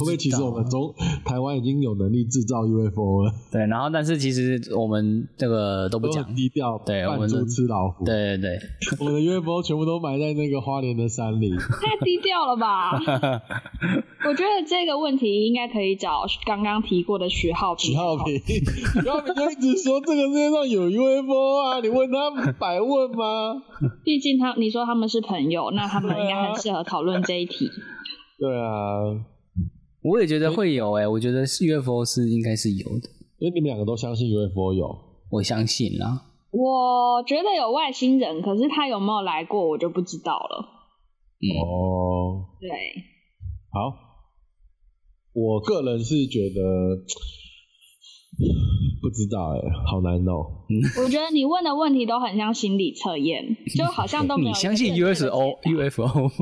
Speaker 1: 会不会其实我们
Speaker 3: 啊
Speaker 1: 中台湾已经有能力制造 UFO 了？
Speaker 3: 对，然后但是其实我们这个都不
Speaker 1: 都
Speaker 3: 讲
Speaker 1: 很。低调，
Speaker 3: 对我
Speaker 1: 扮
Speaker 3: 们的
Speaker 1: 猪吃老虎。，
Speaker 3: 对对对，
Speaker 1: 我们的 UFO 全部都埋在那个花莲的山里。
Speaker 4: 太低调了吧？我觉得这个问题应该可以找刚刚提过的徐浩平。
Speaker 1: 许浩平，许浩平就一直说这个世界上有 UFO 啊，你问他百问吗？
Speaker 4: 毕竟他你说他们是朋友，那他们应该很适合讨论这一题。
Speaker 1: 对啊，
Speaker 3: 我也觉得会有诶、欸我觉得是 UFO 是应该是有的，
Speaker 1: 所以你们两个都相信 UFO 有。
Speaker 3: 我相信啦。
Speaker 4: 我觉得有外星人，可是他有没有来过，我就不知道了。
Speaker 3: 嗯，
Speaker 1: 哦，
Speaker 4: 对，
Speaker 1: 好，我个人是觉得不知道哎、好难哦、
Speaker 4: 我觉得你问的问题都很像心理测验，就好像都没
Speaker 3: 你
Speaker 4: 有一个
Speaker 3: 相信
Speaker 4: 正确的解
Speaker 3: USO
Speaker 4: 答
Speaker 3: UFO？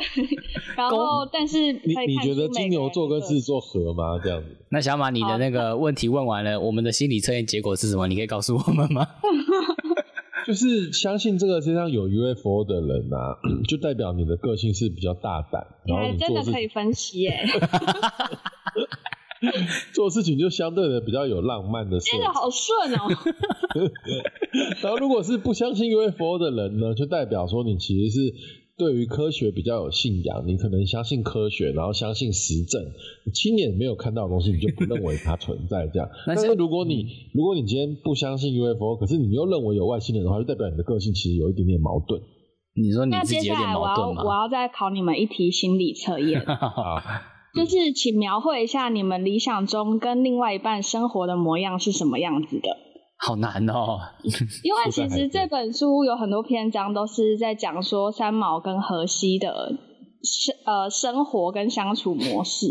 Speaker 4: 然后但是
Speaker 1: 你
Speaker 4: 可以
Speaker 1: 你
Speaker 4: 看
Speaker 1: 觉得
Speaker 4: 出每
Speaker 1: 金
Speaker 4: 个
Speaker 1: 牛
Speaker 4: 人
Speaker 1: 座跟
Speaker 4: 的
Speaker 1: 狮子座合吗？这样子，
Speaker 3: 那小马，你的那个问题问完了，我们的心理测验结果是什么？你可以告诉我们吗？
Speaker 1: 就是相信这个世界上有 UFO 的人啊， 就代表你的个性是比较大胆，
Speaker 4: 你
Speaker 1: 然后
Speaker 4: 还
Speaker 1: 你
Speaker 4: 真
Speaker 1: 做
Speaker 4: 的
Speaker 1: 事
Speaker 4: 可以分 析耶、
Speaker 1: 做事情就相对的比较有浪漫的色
Speaker 4: 真的
Speaker 1: 彩。
Speaker 4: 好顺 哦、
Speaker 1: 然后如果是不相信 UFO 的人呢，就代表说你其实是。对于科学比较有信仰，你可能相信科学，然后相信实证。你亲眼没有看到的东西，你就不认为它存在这样。但
Speaker 3: 那像
Speaker 1: 是如果你、如果你今天不相信 UFO，可是你又认为有外星人的话，就代表你的个性其实有一点点矛盾。
Speaker 3: 你说你
Speaker 4: 那
Speaker 3: 自
Speaker 4: 接
Speaker 3: 己有
Speaker 4: 下
Speaker 3: 点
Speaker 4: 来我
Speaker 3: 矛
Speaker 4: 要
Speaker 3: 盾
Speaker 4: 我
Speaker 3: 吗？
Speaker 4: 要再考你们一题心理测 验，就是请描绘一下你们理想中跟另外一半生活的模样是什么样子的。
Speaker 3: 好难哦。
Speaker 4: 因为
Speaker 1: 住在
Speaker 4: 其
Speaker 1: 海
Speaker 4: 实
Speaker 1: 边
Speaker 4: 这本书有很多篇章都是在讲说三毛跟荷西的生呃生活跟相处模式。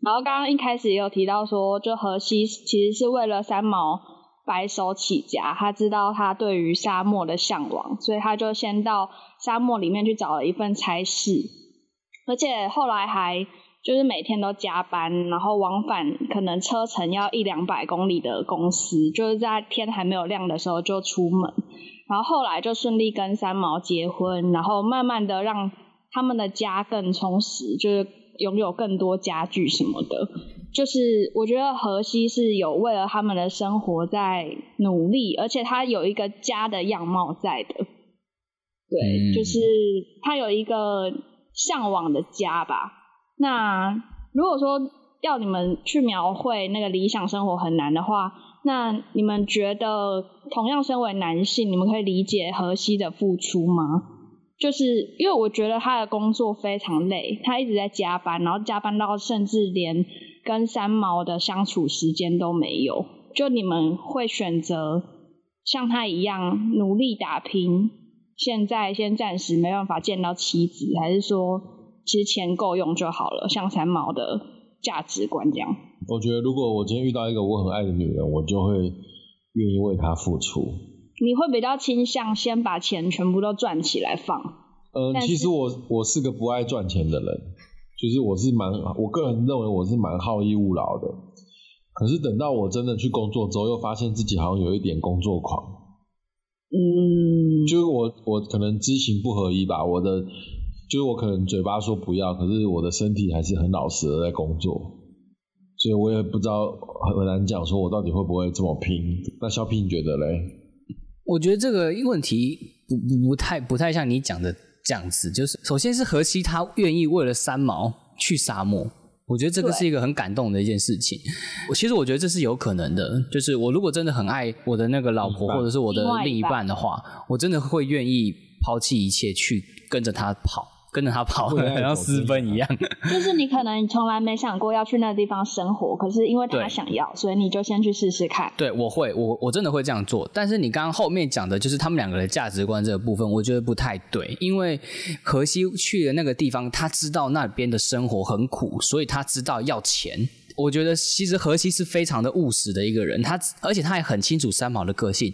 Speaker 4: 然后刚刚一开始也有提到说，就荷西其实是为了三毛白手起家，他知道他对于沙漠的向往，所以他就先到沙漠里面去找了一份差事。而且后来还就是每天都加班，然后往返可能车程要一两百公里的公司，就是在天还没有亮的时候就出门，然后后来就顺利跟三毛结婚，然后慢慢的让他们的家更充实，就是拥有更多家具什么的。就是我觉得荷西是有为了他们的生活在努力，而且他有一个家的样貌在的，对，
Speaker 3: 嗯
Speaker 4: 就是他有一个向往的家吧。那如果说要你们去描绘那个理想生活很难的话，那你们觉得同样身为男性，你们可以理解荷西的付出吗？就是因为我觉得他的工作非常累，他一直在加班，然后加班到甚至连跟三毛的相处时间都没有。就你们会选择像他一样努力打拼，现在先暂时没办法见到妻子，还是说其实钱够用就好了？像三毛的价值观这样，
Speaker 1: 我觉得如果我今天遇到一个我很爱的女人，我就会愿意为她付出。
Speaker 4: 你会比较倾向先把钱全部都赚起来放？
Speaker 1: 嗯，
Speaker 4: 但是
Speaker 1: 其实我我是个不爱赚钱的人，就是我是蛮，我个人认为我是蛮好逸恶劳的。可是等到我真的去工作之后，又发现自己好像有一点工作狂，
Speaker 4: 嗯，
Speaker 1: 就是我我可能知行不合一吧，我的就是我可能嘴巴说不要，可是我的身体还是很老实的在工作，所以我也不知道很难讲说我到底会不会这么拼。那肖平你觉得嘞？
Speaker 3: 我觉得这个问题不不不太不太像你讲的这样子，就是首先是荷西他愿意为了三毛去沙漠。我觉得这个
Speaker 4: 对
Speaker 3: 是一个很感动的一件事情。我其实我觉得这是有可能的，就是我如果真的很爱我的那个老婆
Speaker 1: 另一半
Speaker 3: 或者是我的
Speaker 4: 另外一
Speaker 3: 另一半的话，我真的会愿意抛弃一切去跟着他跑，跟着他跑，
Speaker 1: 为爱
Speaker 3: 像
Speaker 1: 走
Speaker 3: 私
Speaker 1: 天
Speaker 3: 奔
Speaker 1: 涯
Speaker 3: 一样。
Speaker 4: 就是你可能从来没想过要去那地方生活，可是因为他
Speaker 3: 对
Speaker 4: 想要，所以你就先去试试看。
Speaker 3: 对，我会，我我真的会这样做。但是你刚刚后面讲的就是他们两个的价值观这个部分，我觉得不太对，因为荷西去的那个地方，他知道那边的生活很苦，所以他知道要钱。我觉得其实荷西是非常的务实的一个人，他而且他也很清楚三毛的个性。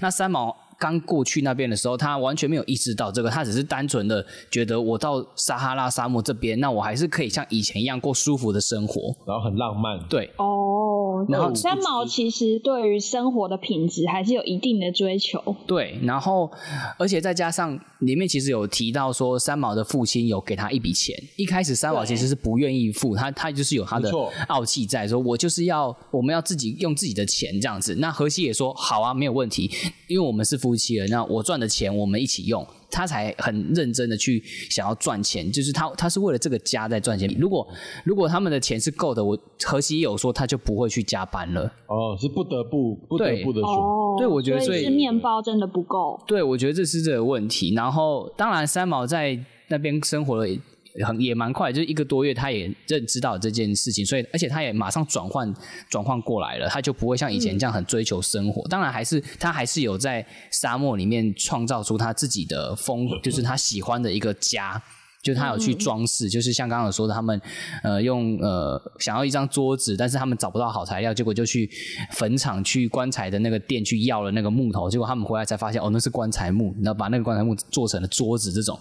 Speaker 3: 那三毛刚过去那边的时候，他完全没有意识到这个，他只是单纯的觉得我到撒哈拉沙漠这边，那我还是可以像以前一样过舒服的生活。
Speaker 1: 然后很浪漫，
Speaker 3: 对，
Speaker 4: 哦，
Speaker 3: 然后
Speaker 4: 三毛其实对于生活的品质还是有一定的追求。
Speaker 3: 对，然后而且再加上里面其实有提到说三毛的父亲有给他一笔钱，一开始三毛
Speaker 4: 对
Speaker 3: 其实是不愿意付，他他就是有他的
Speaker 1: 没错
Speaker 3: 傲气在，说我就是要我们要自己用自己的钱这样子。那荷西也说好啊，没有问题，因为我们是夫妻了，那我赚的钱我们一起用。他才很认真的去想要赚钱，就是他他是为了这个家在赚钱。如果如果他们的钱是够的，我荷西也有说他就不会去加班了。
Speaker 1: 哦，是不得不不
Speaker 3: 对
Speaker 1: 得不的选。
Speaker 4: 哦，
Speaker 3: 对我觉得
Speaker 4: 所以
Speaker 3: 最
Speaker 4: 是面包真的不够。
Speaker 3: 对，我觉得这是这个问题。然后，当然三毛在那边生活了也很也蛮快，就是一个多月，他也认知到这件事情，所以而且他也马上转换转换过来了，他就不会像以前这样很追求生活。当然，还是他还是有在沙漠里面创造出他自己的风，就是他喜欢的一个家。就他有去装饰，就是像刚刚有说的，他们呃用呃想要一张桌子，但是他们找不到好材料，结果就去坟场去棺材的那个店去要了那个木头，结果他们回来才发现哦那是棺材木，然后把那个棺材木做成了桌子这种，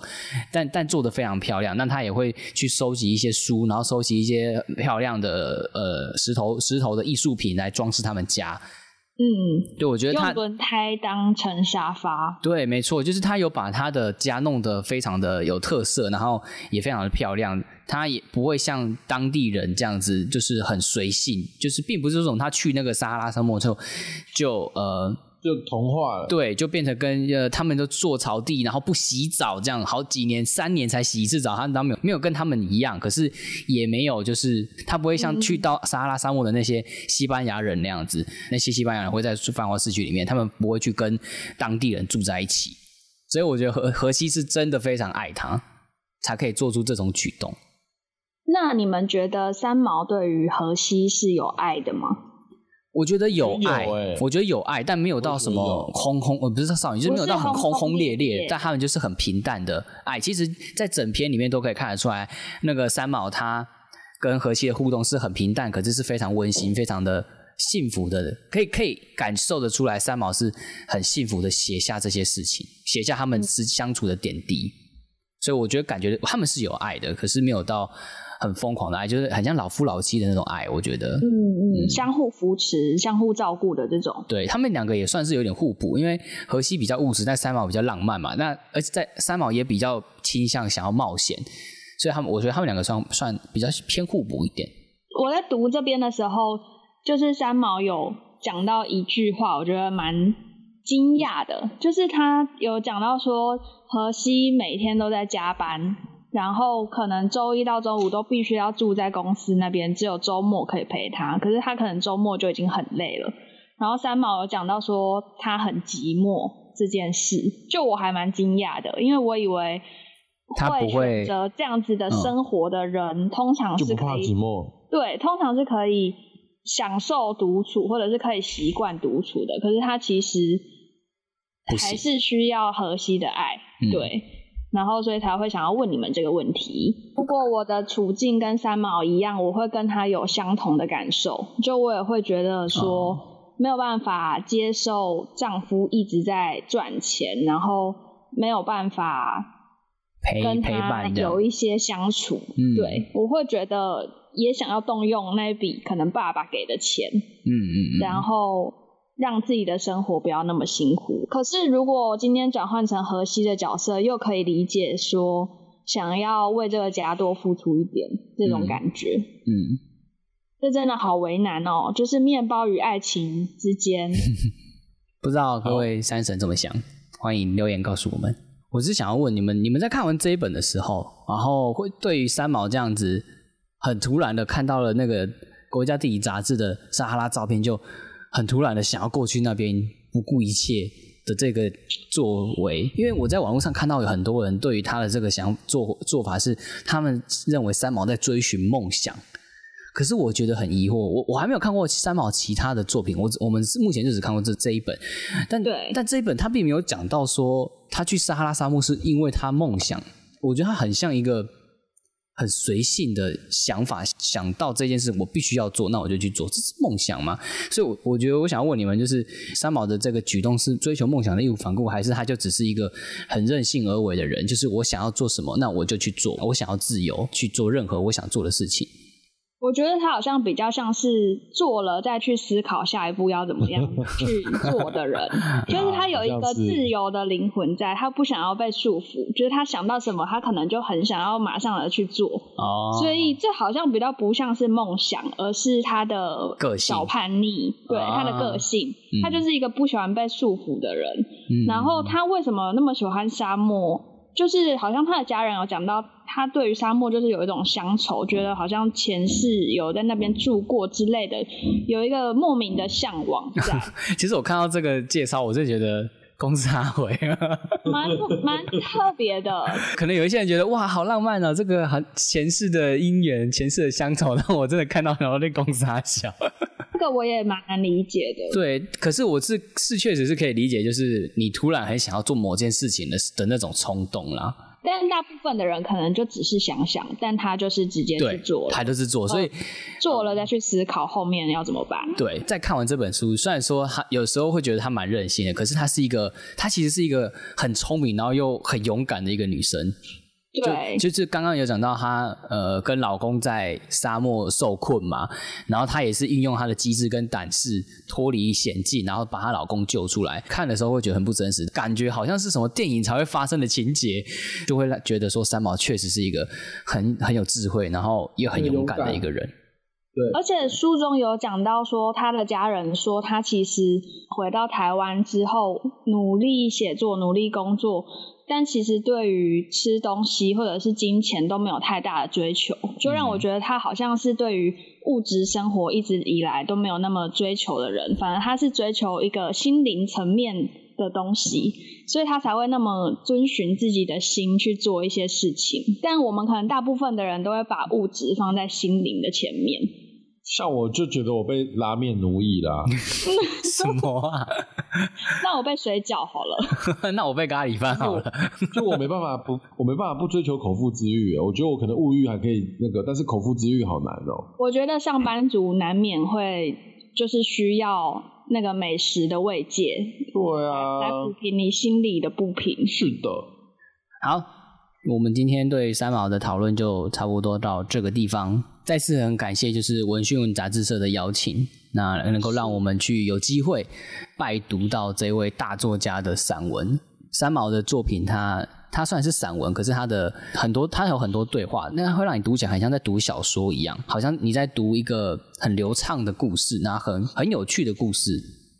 Speaker 3: 但但做的非常漂亮。那他也会去收集一些书，然后收集一些漂亮的呃石头石头的艺术品来装饰他们家。
Speaker 4: 嗯，
Speaker 3: 对，我觉得他
Speaker 4: 用轮胎当成沙发。
Speaker 3: 对，没错，就是他有把他的家弄得非常的有特色，然后也非常的漂亮。他也不会像当地人这样子，就是很随性，就是并不是这种他去那个撒哈拉沙漠之后就呃
Speaker 1: 就童话了。
Speaker 3: 对，就变成跟呃他们都坐草地，然后不洗澡，这样好几年三年才洗一次澡，他当没有没有跟他们一样，可是也没有就是他不会像去到撒哈拉沙漠的那些西班牙人那样子，那些西班牙人会在繁华市区里面，他们不会去跟当地人住在一起，所以我觉得荷荷西是真的非常爱他，才可以做出这种举动。
Speaker 4: 那你们觉得三毛对于荷西是有爱的吗？
Speaker 3: 我觉得有
Speaker 1: 有
Speaker 3: 爱，
Speaker 1: 欸
Speaker 3: 我觉得有爱，但没有到
Speaker 1: 我觉
Speaker 3: 什
Speaker 1: 得
Speaker 3: 么
Speaker 1: 有
Speaker 3: 轰轰，呃，不是少女，就是没有到很
Speaker 4: 不是
Speaker 3: 轰
Speaker 4: 轰轰
Speaker 3: 轰烈
Speaker 4: 烈
Speaker 3: 烈
Speaker 4: 烈，
Speaker 3: 但他们就是很平淡的爱。其实，在整篇里面都可以看得出来，那个三毛他跟荷西的互动是很平淡，可是是非常温馨、非常的幸福的，可以可以感受得出来，三毛是很幸福的写下这些事情，写下他们是相处的点滴。所以我觉得感觉他们是有爱的，可是没有到很疯狂的爱，就是很像老夫老妻的那种爱。我觉得，
Speaker 4: 嗯嗯，相互扶持、相互照顾的这种，
Speaker 3: 对他们两个也算是有点互补，因为荷西比较务实，但三毛比较浪漫嘛。那而且在三毛也比较倾向想要冒险，所以他们我觉得他们两个算算比较偏互补一点。
Speaker 4: 我在读这边的时候，就是三毛有讲到呃一句话，啊我觉得蛮惊讶的，就是他有讲到说，荷西每天都在加班，然后可能周一到周五都必须要住在公司那边，只有周末可以陪他，可是他可能周末就已经很累了。然后三毛有讲到说他很寂寞这件事，就我还蛮惊讶的，因为我以为
Speaker 3: 他不会
Speaker 4: 选择这样子的
Speaker 3: 嗯
Speaker 4: 生活的人，通常
Speaker 1: 就是不
Speaker 4: 可
Speaker 1: 怕
Speaker 4: 以
Speaker 1: 寂寞。
Speaker 4: 对，通常是可以享受独处，或者是可以习惯独处的。可是他其实
Speaker 3: 不
Speaker 4: 还
Speaker 3: 行
Speaker 4: 是需要荷西的爱，
Speaker 3: 嗯
Speaker 4: 对，然后所以才会想要问你们这个问题。如果我的处境跟三毛一样，我会跟他有相同的感受，就我也会觉得说、
Speaker 3: 哦
Speaker 4: 没有办法接受丈夫一直在赚钱，然后没有办法
Speaker 3: 陪
Speaker 4: 跟
Speaker 3: 陪
Speaker 4: 他
Speaker 3: 伴这样
Speaker 4: 有一些相处，
Speaker 3: 嗯
Speaker 4: 对我会觉得也想要动用那笔可能爸爸给的钱，
Speaker 3: 嗯嗯嗯，
Speaker 4: 然后让自己的生活不要那么辛苦。可是如果今天转换成荷西的角色，又可以理解说想要为这个家多付出一点这
Speaker 3: 嗯
Speaker 4: 种感觉，
Speaker 3: 嗯，
Speaker 4: 这真的好为难哦，就是面包与爱情 之间。
Speaker 3: 不知道各位三神怎么想？欢迎留言告诉我们。我是想要问你们，你们在看完这一本的时候，然后会对于三毛这样子很突然的看到了那个国家地理杂志的撒哈拉照片，就很突然的想要过去那边不顾一切的这个作为，因为我在网络上看到有很多人对于他的这个想做做法是，他们认为三毛在追寻梦想，可是我觉得很疑惑，我我还没有看过三毛其他的作品，我只我们是目前就只看过这这一本，但
Speaker 4: 对
Speaker 3: 但这一本他并没有讲到说他去撒哈拉沙漠是因为他梦想，我觉得他很像一个很随性的想法，想到这件事我必须要做，那我就去做，这是梦想吗？所以我，我觉得我想要问你们，就是三毛的这个举动是追求梦想的义无反顾，还是他就只是一个很任性而为的人？就是我想要做什么，那我就去做，我想要自由去做任何我想做的事情。
Speaker 4: 我觉得他好像比较像是做了再去思考下一步要怎 么样去做的人，
Speaker 3: 啊
Speaker 4: 就是他有一
Speaker 1: 好
Speaker 4: 个
Speaker 1: 像是
Speaker 4: 自由的灵魂在，他不想要被束缚，就是他想到什么，他可能就很想要马上的去做，
Speaker 3: 哦
Speaker 4: 所以这好像比较不像是梦想，而是他的
Speaker 3: 个性
Speaker 4: 小叛逆，对
Speaker 3: 啊
Speaker 4: 他的个性，他
Speaker 3: 嗯
Speaker 4: 就是一个不喜欢被束缚的人。
Speaker 3: 嗯
Speaker 4: 然后他为什么那么喜欢沙漠？就是好像他的家人有讲到，他对于沙漠就是有一种乡愁，觉得好像前世有在那边住过之类的，有一个莫名的向往在，
Speaker 3: 其实我看到这个介绍，我就觉得。公司阿回，
Speaker 4: 蛮蛮特别的。
Speaker 3: 可能有一些人觉得哇，好浪漫哦，这个很前世的姻缘，前世的乡愁，让我真的看到，然后对公司阿小。
Speaker 4: 这个我也蛮难理解的。
Speaker 3: 对，可是我是是确实是可以理解，就是你突然很想要做某件事情的的那种冲动啦，
Speaker 4: 但大部分的人可能就只是想想，但他就是直接去
Speaker 3: 对
Speaker 4: 做，
Speaker 3: 他
Speaker 4: 了，嗯
Speaker 3: 就是做，所以、
Speaker 4: 做了再去思考后面要怎么办。
Speaker 3: 对，在看完这本书，虽然说他有时候会觉得他蛮任性的，可是他是一个，他其实是一个很聪明，然后又很勇敢的一个女生，
Speaker 4: 对，
Speaker 3: 就就是刚刚有讲到她呃跟老公在沙漠受困嘛，然后她也是运用她的机智跟胆识脱离险境，然后把她老公救出来。看的时候会觉得很不真实，感觉好像是什么电影才会发生的情节，就会让觉得说三毛确实是一个很很有智慧，然后也很
Speaker 1: 很
Speaker 3: 勇
Speaker 1: 勇
Speaker 3: 敢
Speaker 1: 敢
Speaker 3: 的一个人。
Speaker 4: 而且书中有讲到说，他的家人说他其实回到台湾之后，努力写作、努力工作，但其实对于吃东西或者是金钱都没有太大的追求，就让我觉得他好像是对于物质生活一直以来都没有那么追求的人，反而他是追求一个心灵层面的东西，所以他才会那么遵循自己的心去做一些事情。但我们可能大部分的人都会把物质放在心灵的前面。
Speaker 1: 像我就觉得我被拉面奴役 啦，
Speaker 3: 什么啊？
Speaker 4: 那我被水饺好了，
Speaker 3: 那我被咖喱饭好了。
Speaker 1: 就我没办法不，我没办法不追求口腹之欲。我觉得我可能物欲还可以那个，但是口腹之欲好难哦。
Speaker 4: 我觉得上班族难免会就是需要那个美食的慰藉，
Speaker 1: 对
Speaker 4: 来
Speaker 3: 呃
Speaker 1: 啊，
Speaker 4: 补平你心里的不平。
Speaker 1: 是的，
Speaker 3: 好，我们今天对三毛的讨论就差不多到这个地方。再次很感谢就是文讯杂志社的邀请，那能够让我们去有机会拜读到这位大作家的散文。三毛的作品他，他虽然是散文，可是他的很多他有很多对话，那会让你读起来很像在读小说一样，好像你在读一个很流畅的故事，那很很有趣的故事。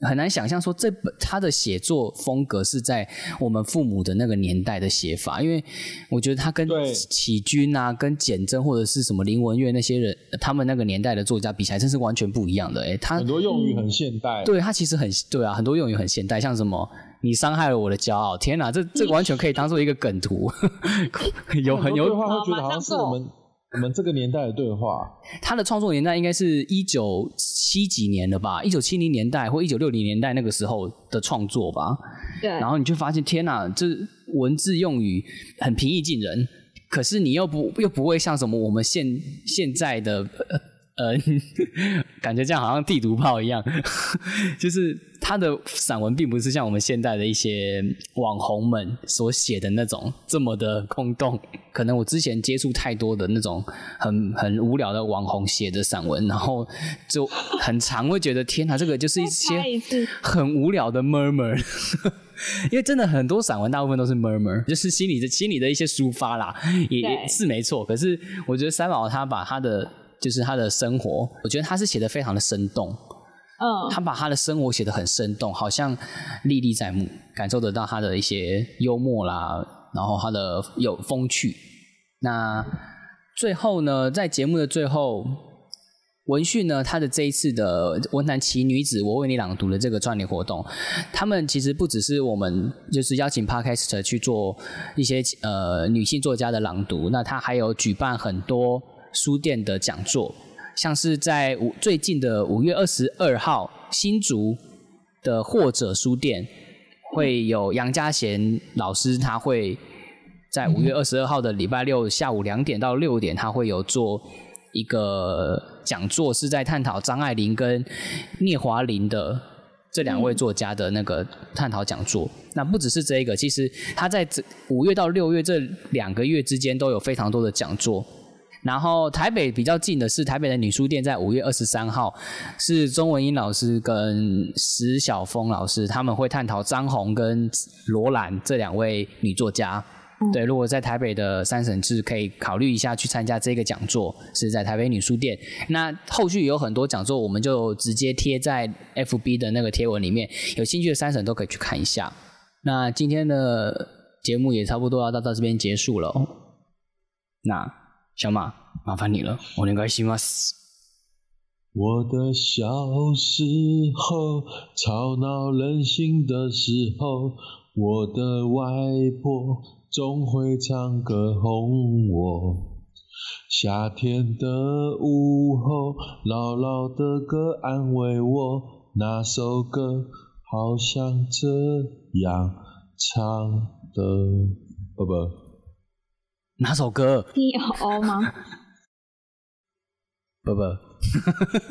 Speaker 3: 很难想象说这本他的写作风格是在我们父母的那个年代的写法，因为我觉得他跟
Speaker 1: 对
Speaker 3: 启军啊、跟简真或者是什么林文月那些人，他们那个年代的作家比起来，真是完全不一样的。诶，欸他
Speaker 1: 很多用语很现代，
Speaker 3: 对他其实很对啊，很多用语很现代，像什么“你伤害了我的骄傲”，天啊哪，这 这完全可以当做一个梗图， 有很
Speaker 1: 多对
Speaker 3: 有
Speaker 1: 话会觉得
Speaker 4: 好
Speaker 1: 好像是
Speaker 4: 马上
Speaker 1: 我们我们这个年代的对话，
Speaker 3: 他的创作年代应该是一九七几年的吧，一九七零年代或一九六零年代那个时候的创作吧。
Speaker 4: 对，
Speaker 3: 然后你就发现，天哪，这文字用语很平易近人，可是你又不又不会像什么我们现现在的呃呃， 感觉这样好像地图炮一样， 就是他的散文并不是像我们现在的一些网红们所写的那种这么的空洞。可能我之前接触太多的那种很很无聊的网红写的散文，然后就很常会觉得天哪，这个就是一
Speaker 4: 再
Speaker 3: 些
Speaker 4: 拍一次
Speaker 3: 很无聊的 murmur，因为真的很多散文大部分都是 murmur，就是心里的心里的一些抒发啦，也也
Speaker 4: 对
Speaker 3: 是没错。可是我觉得三毛他把他的就是他的生活，我觉得他是写的非常的生动，
Speaker 4: 嗯，
Speaker 3: 他把他的生活写得很生动，好像历历在目，感受得到他的一些幽默啦，然后他的有风趣。那最后呢，在节目的最后，文讯呢，他的这一次的文坛奇女子我为你朗读的这个串联活动，他们其实不只是我们就是邀请 podcast 去做一些呃女性作家的朗读，那他还有举办很多书店的讲座，像是在五最近的五月二十二号新竹的或者书店会有杨家贤老师，他会在五月二十二号的礼拜六下午两点到六点，他会有做一个讲座，是在探讨张爱玲跟聂华苓的这两位作家的那个探讨讲座。那不只是这一个，其实他在这五月到六月这两个月之间都有非常多的讲座。然后台北比较近的是台北的女书店，在五月二十三号是钟文英老师跟石晓峰老师，他们会探讨张红跟罗兰这两位女作家。对，如果在台北的三省市，可以考虑一下去参加这个讲座，是在台北女书店。那后续有很多讲座，我们就直接贴在 FB 的那个贴文里面，有兴趣的三省都可以去看一下。那今天的节目也差不多要到到这边结束了哦。那小马，麻烦你了，我应该します。
Speaker 2: 我的小时候，吵闹任性的时候，我的外婆总会唱歌哄我。夏天的午后，姥姥的歌安慰我，那首歌好像这样唱的，不不，
Speaker 3: 哪首歌？
Speaker 4: 你有欧吗？
Speaker 3: 不不，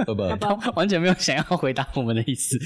Speaker 1: 对不对？
Speaker 3: 他完全没有想要回答我们的意思。